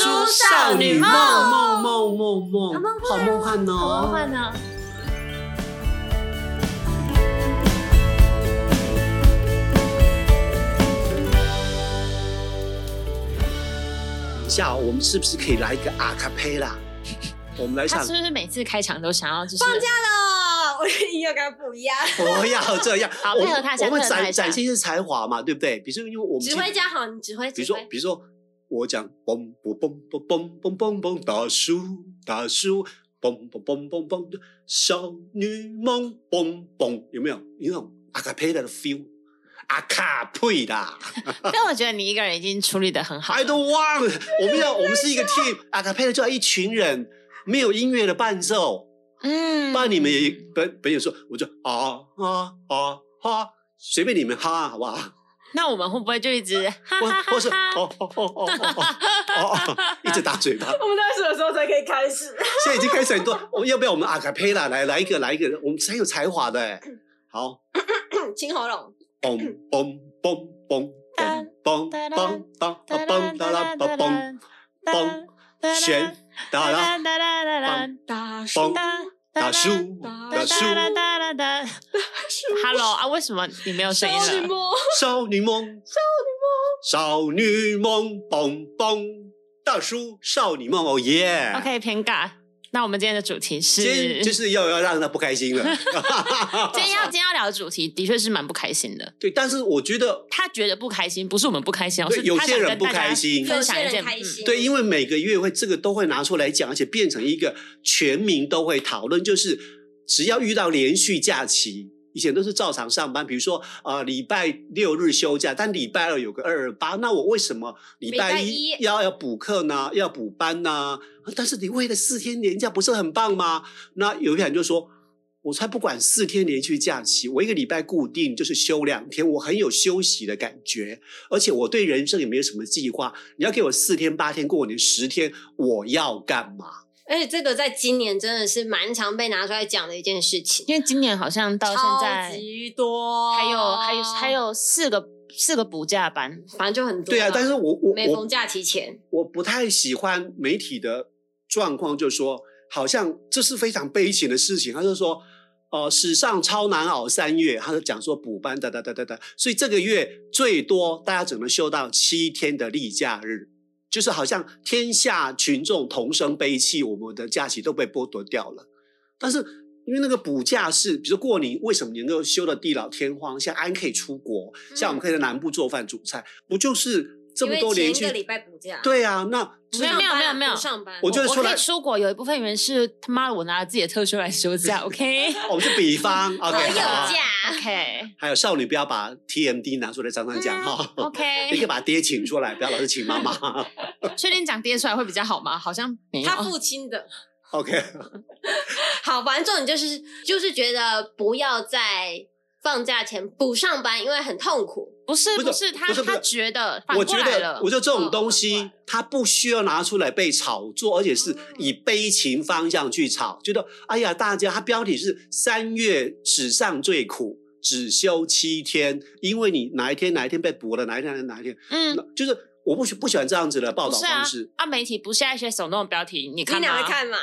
少女梦梦梦梦梦梦好梦幻好梦哦！幻呢？等一下，我们是不是可以来一个阿卡贝拉？我们来他唱是，不是每次开场都想要就是放假了，我觉得音乐该不一样。不要这样，好我配合他一下我们配合他展一下展现一些才华嘛，对不对？比如说，因为我 们指今挥家好，你指挥，比指如说挥，比如说我讲嘣嘣嘣嘣嘣嘣嘣嘣，大叔大叔，嘣嘣嘣嘣嘣，少女梦嘣嘣，有没有？有那种阿卡贝拉的 feel，阿卡佩拉。但我觉得你一个人已经处理的很好了。 I don't want，我们要我们是一个 team，阿卡贝拉就要一群人，没有音乐的伴奏，嗯，不然你们也本本也说，我就啊啊啊哈，随便你们哈，好不好？那我们会不会就一直哈或哈哈或是哈？哦哦哦哦哦哦，一直打嘴巴。我们到底什么时候才可以开始？ 现在已经开始很多，我们要不要我们阿卡贝拉来来一个来一个，我们很有才华的欸。好，清喉咙，嘣嘣嘣嘣嘣嘣嘣当嘣哒啦嘣嘣嘣旋哒啦哒啦哒大啦嘣打叔打叔哒 啦哒。Hello 啊，为什么你没有声音是了？摸，少女梦少女梦少女梦嘣嘣大叔少女梦哦耶 OK，偏尬。那我们今天的主题是，今天就是要要让他不开心了。 今天要今天要聊的主题，的确是蛮不开心的。对，但是我觉得他觉得不开心，不是我们不开心哦，对是有他些想人跟不大家开心有分些享一人件开嗯心，对，因为每个月会这个都会拿出来讲，而且变成一个全民都会讨论，就是只要遇到连续假期。以前都是照常上班，比如说呃礼拜六日休假，但礼拜二有个二二八，那我为什么礼拜一礼拜一要要补课呢？要补班呢？啊但是你为了四天年假不是很棒吗？那有些人就说，我才不管四天连续假期，我一个礼拜固定就是休两天，我很有休息的感觉，而且我对人生也没有什么计划。你要给我四天、八天、过年十天，我要干嘛？而且这个在今年真的是蛮常被拿出来讲的一件事情，因为今年好像到现超在级多，还有还有还，有四个四个补假班，反正就很多啦。对啊，但是我我每我逢假期前，我不太喜欢媒体的状况，就说好像这是非常悲情的事情。他就说，呃，史上超难熬三月，他就讲说补班哒哒哒哒哒，所以这个月最多大家只能休到七天的例假日，就是好像天下群众同声悲泣，我们的假期都被剥夺掉了。但是因为那个补假是，比如说过年，为什么能够休的地老天荒？像安可以出国，像我们可以在南部做饭煮菜，不就是嗯这因么为多前年一去个礼拜补假，对啊， 那不没有上班啊，没有没有不上班，我觉得我出来可以出国有一部分原因是他妈的我拿了自己的特休来休假，OK 我们就比方，OK，好有好啊假， OK 还有少女不要把 TMD 拿出来常常讲哈。 你可嗯 OK，以把爹请出来，不要老是请妈 妈。确定讲跌出来会比较好吗？好像没有。他父亲的。 OK，好，反正重点就是就是觉得不要在放假前不上班，因为很痛苦。不是不是不是，他不是不是他觉得反我过觉来了嗯得，我，觉得这种哦东反西过它不需要拿出来被炒作，而且嗯是以悲情方向去炒，觉得哎呀，大家它标题是三月史上最苦，只休七天，因为你哪一天哪一天被捕了，哪一天哪一天，嗯，那就是我不喜不喜欢这样子的报不道是啊方式。啊，媒体不是爱写手那种标题，你你看哪吗？会看嘛？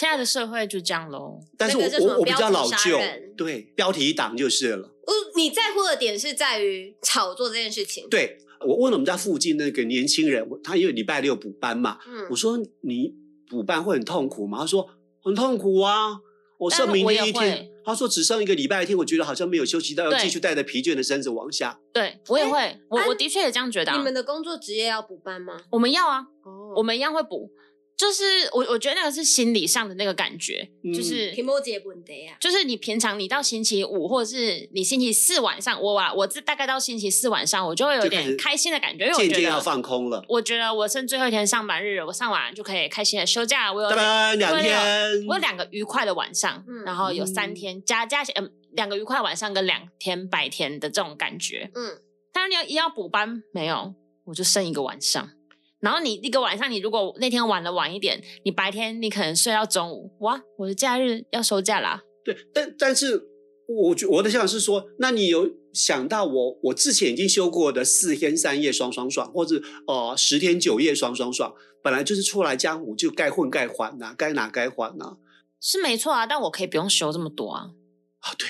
现在的社会就这样喽。但是那我个叫什我么我比较标题老杀旧人，对，标题党就是了。呃，你在乎的点是在于炒作这件事情。，对我问了我们家附近那个年轻人，我他因为礼拜六补班嘛，嗯我，说你补班会很痛苦吗？他说很痛苦啊。我但是剩明我天也一天会，他说只剩一个礼拜天，我觉得好像没有休息到，要对继续带着疲倦的身子往下。对我也会，我啊我的确也这样觉哎得啊。你们的工作职业要补班吗？我们要啊，哦我们一样会补，就是我我觉得那个是心理上的那个感觉，嗯就是提莫姐本得呀。就是你平常你到星期五或者是你星期四晚上，我啊，我这大概到星期四晚上，我就会有就开始点开心的感觉，因为渐我觉渐要得，放空了，我觉得我剩最后一天上班日，我上完就可以开心的休假，我有当然两天，我有两个愉快的晚上，嗯然后有三天加加起来，嗯、两个愉快的晚上跟两天白天的这种感觉。嗯，当然你要一定要补班，没有我就剩一个晚上。然后你一个晚上，你如果那天玩的晚一点，你白天你可能睡到中午，哇，我的假日要休假啦。对，但但是我觉我的想法是说，那你有想到我我之前已经修过的四天三夜爽爽爽，或者呃十天九夜爽爽爽，本来就是初来江湖就该混该还呐、该拿该还呐是没错啊，但我可以不用修这么多啊。啊对。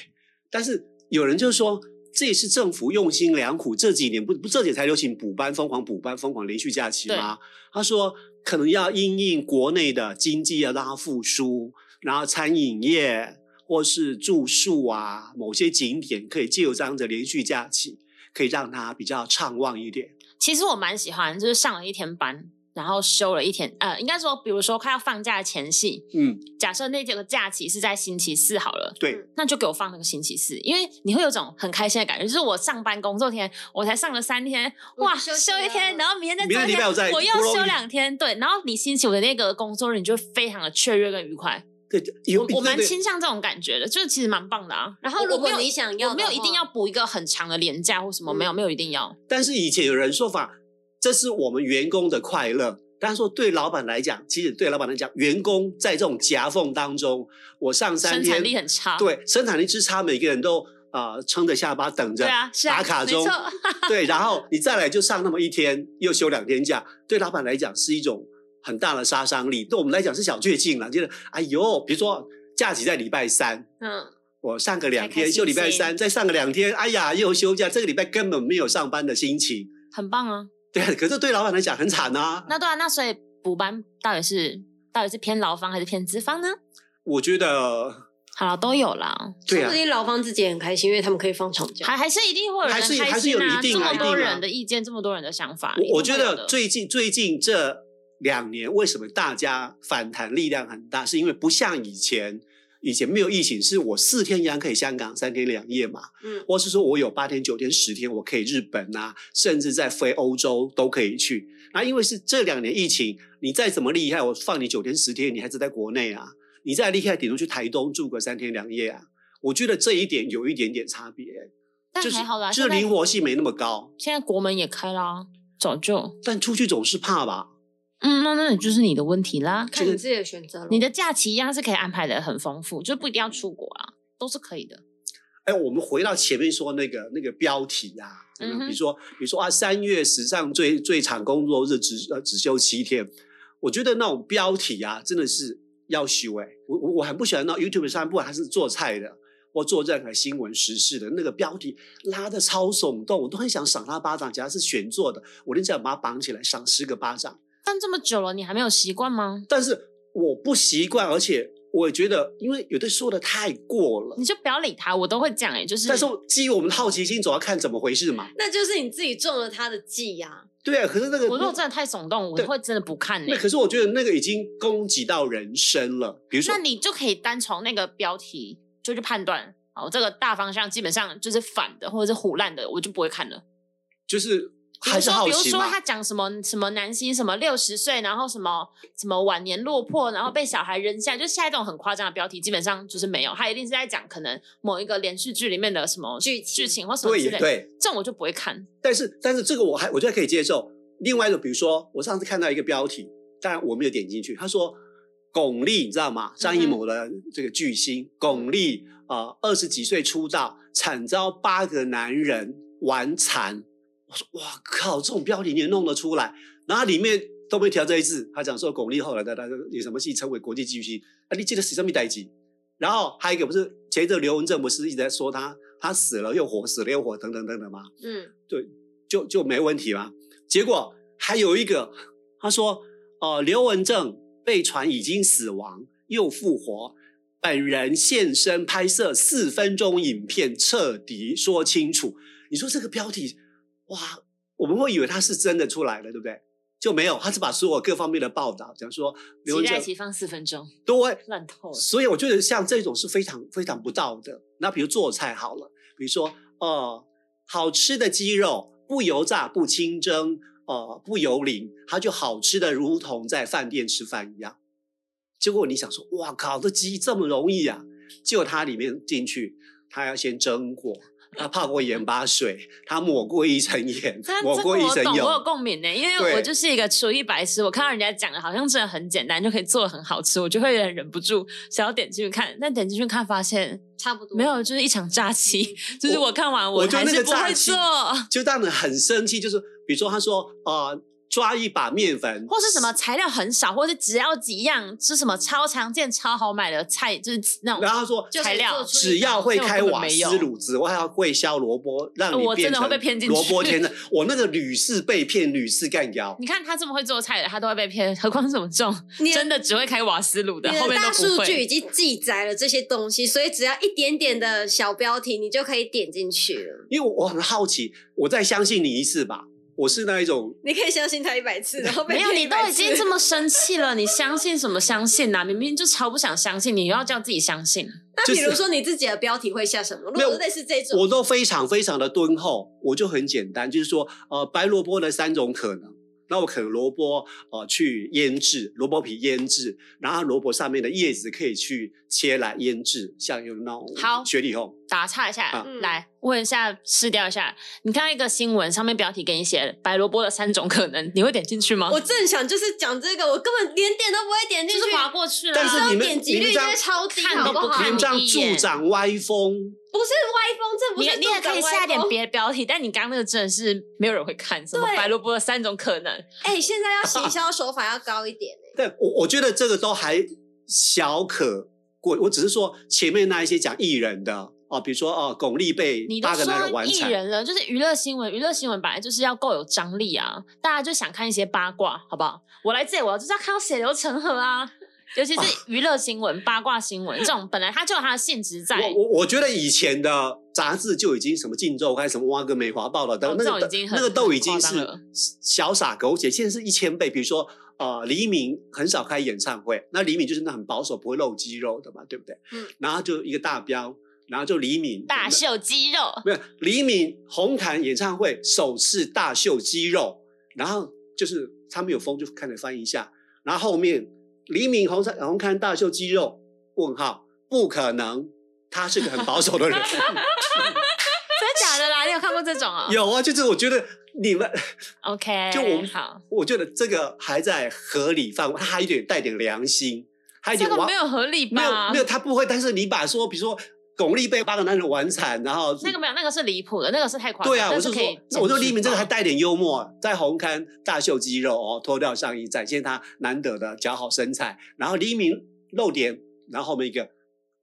但是有人就说，这也是政府用心良苦，这几年不不这几年才流行补班，疯狂补班，疯狂连续假期吗？他说可能要因应国内的经济要让它复苏，然后餐饮业或是住宿啊，某些景点可以借由这样的连续假期，可以让它比较畅旺一点。其实我蛮喜欢，就是上了一天班，然后休了一天，呃，应该说，比如说快要放假的前夕，嗯，假设那这个假期是在星期四好了，对，那就给我放那个星期四，因为你会有种很开心的感觉，就是我上班工作天，我才上了三天，我哇，休休息一天，了然后明天再明天周礼一拜天我再又多弄一休天两天，对，然后你星期五的那个工作日，你就会非常的雀跃跟愉快。对，有我我蛮对对倾向这种感觉的，就是其实蛮棒的啊。然后我如我果没有你想要我的话，没有一定要补一个很长的年假或什么，嗯没有没有一定要。但是以前有人说法，这是我们员工的快乐。但是说对老板来讲，其实对老板来讲，员工在这种夹缝当中，我上三生天产力很差。对生产力之差，每个人都啊、呃撑着下巴等着对啊，是啊打卡没中，错对，然后你再来就上那么一天，又休两天假，对老板来讲是一种很大的杀伤力，对我们来讲是小确幸了，就是哎呦，比如说假期在礼拜三，嗯，我上个两开开天心休礼拜心三，再上个两天，哎呀，又休假，这个礼拜根本没有上班的心情。很棒啊。对啊，可是对老板来讲很惨啊。那对啊，那所以补班到底是到底是偏劳方还是偏资方呢？我觉得，好了，都有啦，对说啊不，定劳方自己也很开心，因为他们可以放长假。还还是一定会有人还是开还是心有啊，一定这啊么一多定啊人的意见，这么多人的想法，我我觉一定会有得的最近最近这两年为什么大家反弹力量很大，是因为不像以前，以前没有疫情，是我四天一样可以香港三天两夜嘛，嗯，或是说我有八天、九天、十天，我可以日本啊，甚至在非欧洲都可以去。那因为是这两年疫情，你再怎么厉害，我放你九天、十天，你还是在国内啊。你再厉害，顶多去台东住个三天两夜啊。我觉得这一点有一点点差别，欸但就是还好啦，就是现在灵活性没那么高，现在国门也开啦，早就但出去总是怕吧。嗯，那那也就是你的问题啦。看你自己的选择了。你的假期一样是可以安排的很丰富，就不一定要出国啊，都是可以的。哎，我们回到前面说那个那个标题啊，有没有嗯哼比如说比如说啊，三月史上最最长工作日只呃只休七天，我觉得那种标题啊，真的是要修哎、我我我很不喜欢那种 YouTube 上，不管他是做菜的或做任何新闻时事的那个标题拉的超耸动，我都很想赏他巴掌。只要是选做的，我就想把他绑起来赏十个巴掌。但这么久了，你还没有习惯吗？但是我不习惯，而且我觉得，因为有的说的太过了你。就不要理他，我都会讲哎、就是但是基于我们的好奇心，总要看怎么回事嘛。那就是你自己中了他的计呀、对啊，可是那个我如果真的太耸动，我对会真的不看哎、那可是我觉得那个已经攻击到人生了。比如说那，你就可以单从那个标题就去判断，哦，这个大方向基本上就是反的或者是胡乱的，我就不会看了。就是比还如是说，好比如奇说嘛。他讲什么什么南希什么六十岁，然后什么什么晚年落魄，然后被小孩扔下，就现在这种很夸张的标题，基本上就是没有，他一定是在讲可能某一个连续剧里面的什么剧情剧情或什么对之也类的，对，这种我就不会看。但是但是这个我还我觉得可以接受。另外一个，比如说我上次看到一个标题，当然我没有点进去，他说巩俐，你知道吗？张艺谋的这个巨星巩俐啊，二、十几岁出道，惨遭八个男人玩残。我说哇靠，这种标题你也弄得出来？然后里面都没调这一字，他讲说巩俐后来的他有什么戏成为国际巨星，啊，你记得是什么代际？然后还有一个不是前一阵刘文正不是一直在说他他死了又活，死了又活等等等等吗？嗯，就就没问题吗？结果还有一个，他说，呃，刘文正被传已经死亡又复活，本人现身拍摄四分钟影片，彻底说清楚。你说这个标题，哇，我们会以为他是真的出来了，对不对？就没有，他是把所有各方面的报道，讲说刘期文待正起放四分钟，对烂透了。所以我觉得像这种是非常非常不道德。那比如做菜好了，比如说呃，好吃的鸡肉不油炸、不清蒸、呃不油淋，它就好吃的如同在饭店吃饭一样。结果你想说，哇靠，这鸡这么容易啊？结果它里面进去，它要先蒸过，他泡过盐巴水，他抹过一层盐这，抹这个过一我层懂，我有油。共鸣呢，因为对我就是一个厨艺白痴，我看到人家讲的好像真的很简单就可以做的很好吃，我就会有点忍不住想要点进去看，但点进去看发现差不多没有，就是一场诈欺，就是我看完我觉得还那是个不诈会欺做，就让人很生气，就是比如说他说呃抓一把面粉，或是什么材料很少，或是只要几样，是什么超常见、超好买的菜，就是那种然后他说就材料是做出只一道要会这我开根本瓦没斯有呃炉子，我还要会削萝卜，让你我变真的成会被骗进萝卜去天的。我那个屡次被骗，屡次干掉。你看他这么会做菜的，他都会被骗，何况是我们这种你真的只会开瓦斯炉的，你后的面都大数不据已会。经记载了这些东西，所以只要一点点的小标题，你就可以点进去了。因为我很好奇，我再相信你一次吧。我是那一种，你可以相信他一百次，然后被没有，骗你都100已次 经这么生气了，你相信什么相信呐、明明就超不想相信，你又要叫自己相信。那就比如是说你自己的标题会下什么？如没有果类似这种，我都非常非常的敦厚，我就很简单，就是说，呃，白萝卜的三种可能。那我啃萝卜，呃，去腌制，萝卜皮腌制，然后萝卜上面的叶子可以去切来腌制，像有那种好雪里红，打岔一下，啊嗯来问一下，试掉一下。你看到一个新闻上面标题给你写“白萝卜的三种可能”，你会点进去吗？我正想就是讲这个，我根本连点都不会点进啊就去，是划过去了。但这是样你们点击你们率这就样会超低，看好都不不好？看你们这样一眼助长歪风，不是歪风，这不你是你也可以助长歪下点风。别的标题，但你刚刚那个真的是没有人会看，什么对白萝卜的三种可能，哎、现在要行销手法要高一点、欸，但我我觉得这个都还小可过，我只是说前面那一些讲艺人的哦，比如说哦，巩俐被你都八个男人说玩艺惨，人了，就是娱乐新闻，娱乐新闻本来就是要够有张力啊，大家就想看一些八卦，好不好？我来这里，我要就是要看到血流成河啊。尤其是娱乐新闻、八卦新闻这种，本来它就有它的性质在，我我我觉得以前的杂志就已经什么《镜周刊》什么《挖个梅花报》了，但哦那这种个已经很那个都已经很夸张是了小傻狗血，现在是一千倍。比如说呃，黎明很少开演唱会，那黎明就是那很保守，不会露肌肉的嘛，对不对？嗯然后就一个大标，然后就黎明大那秀肌肉。没有，黎明红毯演唱会首次大秀肌肉，然后就是他们有风就看着翻一下，然后后面黎明红毯红毯大秀肌肉？问号，不可能，他是个很保守的 人。真的假的啦？你有看过这种啊、有啊，就是我觉得你们， OK，就我好，我觉得这个还在合理范围，他还有点带点良心，还有这点个玩没有合理吧？没有没有他不会，但是你把说比如说巩俐被八个男人玩惨，然后那个没有，那个是离谱的，那个是太夸张。对啊，那我是是可以说，剪我说辑黎明这个吧还带点幽默，在红磡大秀肌肉哦，脱掉上衣，展现他难得的姣好身材。然后黎明露点，然后后面一个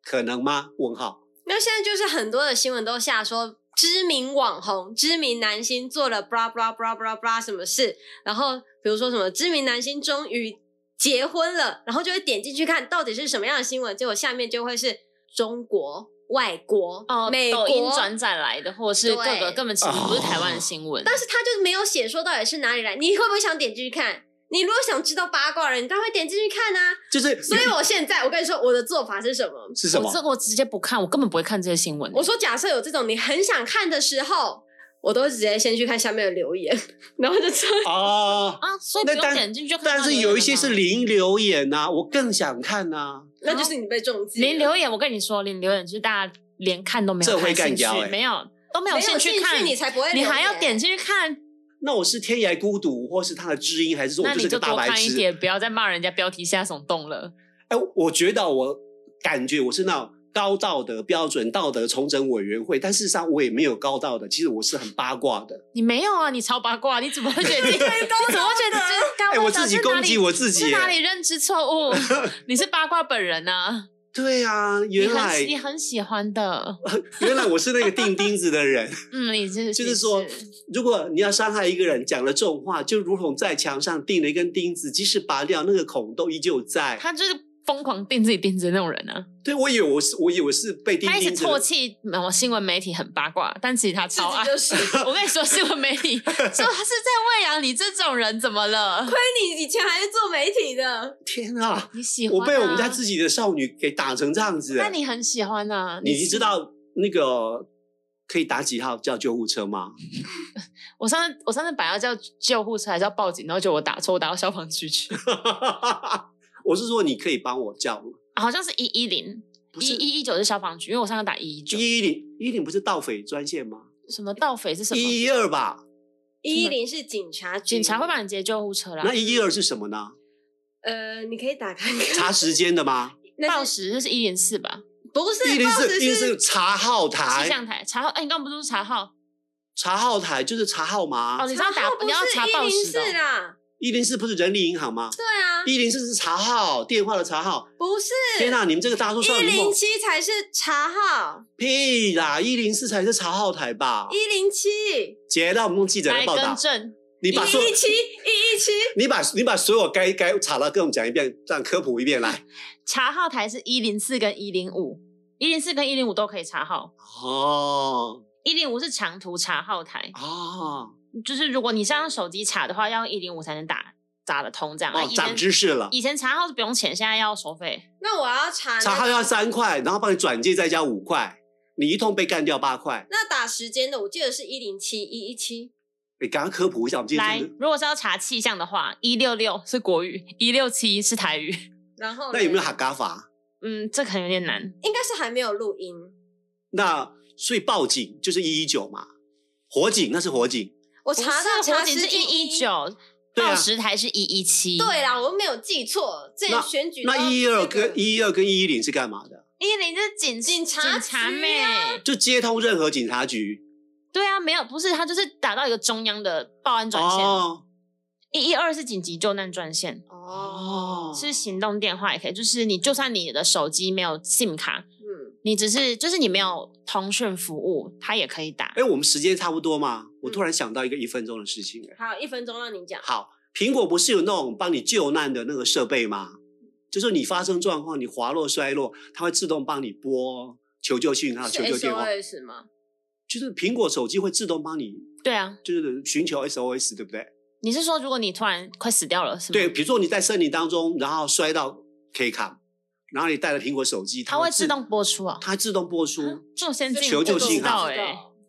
可能吗？问号。那现在就是很多的新闻都下说，知名网红、知名男星做了 blah blah blah blah blah 什么事，然后比如说什么知名男星终于结婚了，然后就会点进去看到底是什么样的新闻，结果下面就会是中国、外国、哦，美抖音国。转载来的，或者是各个对根本其实不是台啊湾的新闻。但是他就没有写说到底是哪里来，你会不会想点进去看？你如果想知道八卦了，你当然会点进去看啊。就是所嗯以我现在我跟你说，我的做法是什么？是什么我？这个我直接不看，我根本不会看这些新闻。我说，假设有这种你很想看的时候，我都直接先去看下面的留言， 然后就知道啊，啊，所以不那用但点进去就看到但是留言有了一些吗是零留言呐、我更想看啊呐、那就是你被中计了。零留言，我跟你说，零留言就是大家连看都没有这看会兴趣，干掉欸没有都没没有兴趣看，你才不会留你言，还要点进去看，那我是天涯孤独，或是他的知音，还是说我那就你是个就大多白看一痴？点，不要再骂人家标题下耸动了。哎，我觉得我感觉我是那种高道德标准道德重整委员会，但事实上我也没有高道德，其实我是很八卦的。你没有啊，你超八卦，你怎么会觉得 自己你怎么会觉得自己高哎，道我德自己是哪攻里击我自己哎是耶。哪里认知错误？你是八卦本 人啊，对 啊，你原来很你很喜欢的，原来我是那个钉钉子的人。 嗯，你是就你是说，如果你要伤害一个人，讲了重话，就如同在墙上钉了一根钉子，即使拔掉，那个孔都依旧在。他就是疯狂定自己钉子的那种人啊，对我以为我是，我以为是被钉他一直钉子唾的。弃某新闻媒体很八卦，但其实他自超爱己。就是。 我跟你说，新闻媒体 说他是在喂养你这种人，怎么了？亏你以前还是做媒体 的，天啊！你喜欢、啊？我被我们家自己的少女给打成这样子。那你很喜欢啊？你是知？道那个可以打几号叫救护车吗？ 我上次我上次本来要叫救护车，还是要报警，然后结果我打错，我打到消 防局去，我是说你可以帮我叫吗？好像是一一零。不一是一一九是消防局，因为我上次打一一九。一零一零不是盗匪专线吗？什么盗匪是什么？一一二吧，一一零是警察局，警察会帮你接救护车啦那。一一二是什么呢？呃，你可以打开看，查时间的吗？报那是时那是一零四吧？不是一零报四时一零四是查号气台，象台查号。哎，你刚刚不是说查号？查号台就是查号哦，码。你是要打不你要查是报时的104哦。啦，一零四不是人力银行吗？对啊，一零四是查号电话的查号。不是天哪、你们这个大叔少一女梦零七才是查号，屁啦！一零四才是查号台吧？一零七姐，让我们用记者来来报更道。正，你把所一一七一一七，你把你把所有该该查的跟我们讲一遍，这样科普一遍来。查号台是一零四跟一零五，一零四跟一零五都可以查号。哦一零五是长途查号台，啊哦就是如果你是要用手机查的话，要用一零五才能打打得通这样。啊哦，以长前知识了。以前查号是不用钱，现在要收费。那我要查查那号要三块，然后帮你转借再加五块，你一通被干掉八块。那打时间的，我记得是一零七一一七，你赶快科普一下，我们今来天真的。，如果是要查气象的话，一六六是国语，一六七是台语。然后那有没有呢哈嘎法？嗯，这可能有点难。应该是还没有录音。那所以报警就是一一九嘛，火警那是火警，我不查到是啊查火警时是间一一，九，对啊报时台是一一七。对啦，我没有记错。这那选举那一二跟一一二跟一一零是干嘛的？一零是警警察警察局妹，啊就接通任何警察局对啊，没有，不是他就是打到一个中央的报案专线，哦一一二是紧急救难专线，哦，是行动电话也可以，就是你就算你的手机没有 SIM 卡，嗯，你只是就是你没有通讯服务，它也可以打。哎，我们时间差不多嘛，我突然想到一个一分钟的事情，哎，好，一分钟让你讲。好，苹果不是有那种帮你救难的那个设备吗？就是你发生状况，你滑落、摔落，它会自动帮你拨求救讯号、是求救电话， SOS 吗？就是苹果手机会自动帮你，对啊，就是寻求 SOS，对不对？你是说如果你突然快死掉了，是吗？对，，比如说你在森林当中，然后摔到 K 卡，然后你带了苹果手机，它会自自动嗯播出啊，它会自动播出，这种先进求救我不知信号道哎、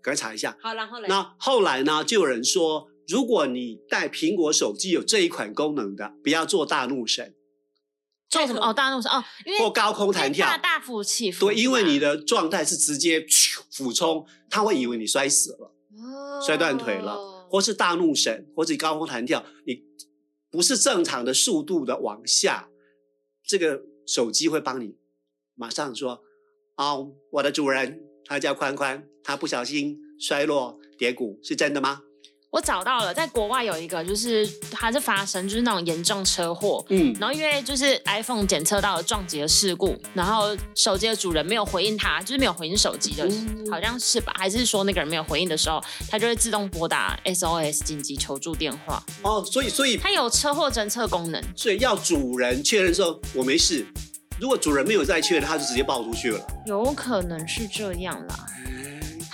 赶快查一下。好，然后嘞，那后来呢，就有人说，如果你带苹果手机有这一款功能的，不要做大怒神做什么？哦，大怒是哦，因为或高空弹跳大。大幅起伏，对，因为你的的状态是直接俯冲，他会以为你摔死了，哦摔断腿了，或是大怒神，或者高空弹跳，你不是正常的速度的往下，这个手机会帮你马上说：“哦，我的主人，他叫宽宽，他不小心摔落跌骨，是真的吗我找到了，在国外有一个，就是它是发生就是那种严重车祸，？”嗯，然后因为就是 iPhone 检测到了撞击的事故，然后手机的主人没有回应他，就是没有回应手机的，嗯好像是吧？还是说那个人没有回应的时候，他就会自动拨打 SOS 紧急求助电话？哦，所以所以它有车祸侦测功能，所以要主人确认说我没事，如果主人没有再确认，他就直接爆出去了。有可能是这样啦。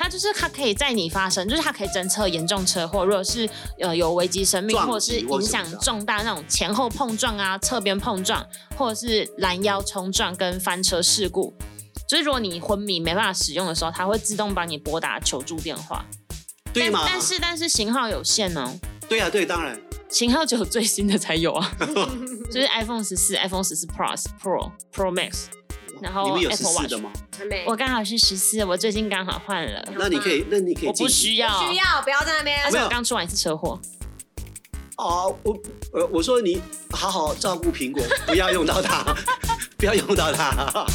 它就是它可以在你发生，就是它可以侦测严重车祸，如果是呃有危及生命撞击或者是影响重大那种前后碰撞啊、侧边碰撞，或者是拦腰冲撞跟翻车事故，就是如果你昏迷没办法使用的时候，它会自动帮你拨打求助电话。对吗？但但是但是型号有限哦，对呀、对，当然。型号只有最新的才有啊， 就是 iPhone 十四、iPhone 十四 Plus、Pro、Pro Max。然后你们有十 Apple 四 Watch 的吗？还没，我刚好是十四，我最近刚好换了，那你可以，那你可以我进不需要，需要不要在那边没而且有我刚出完一次车祸。哦，我呃，我说你好好照顾苹果，不要用到它， 不要用到它。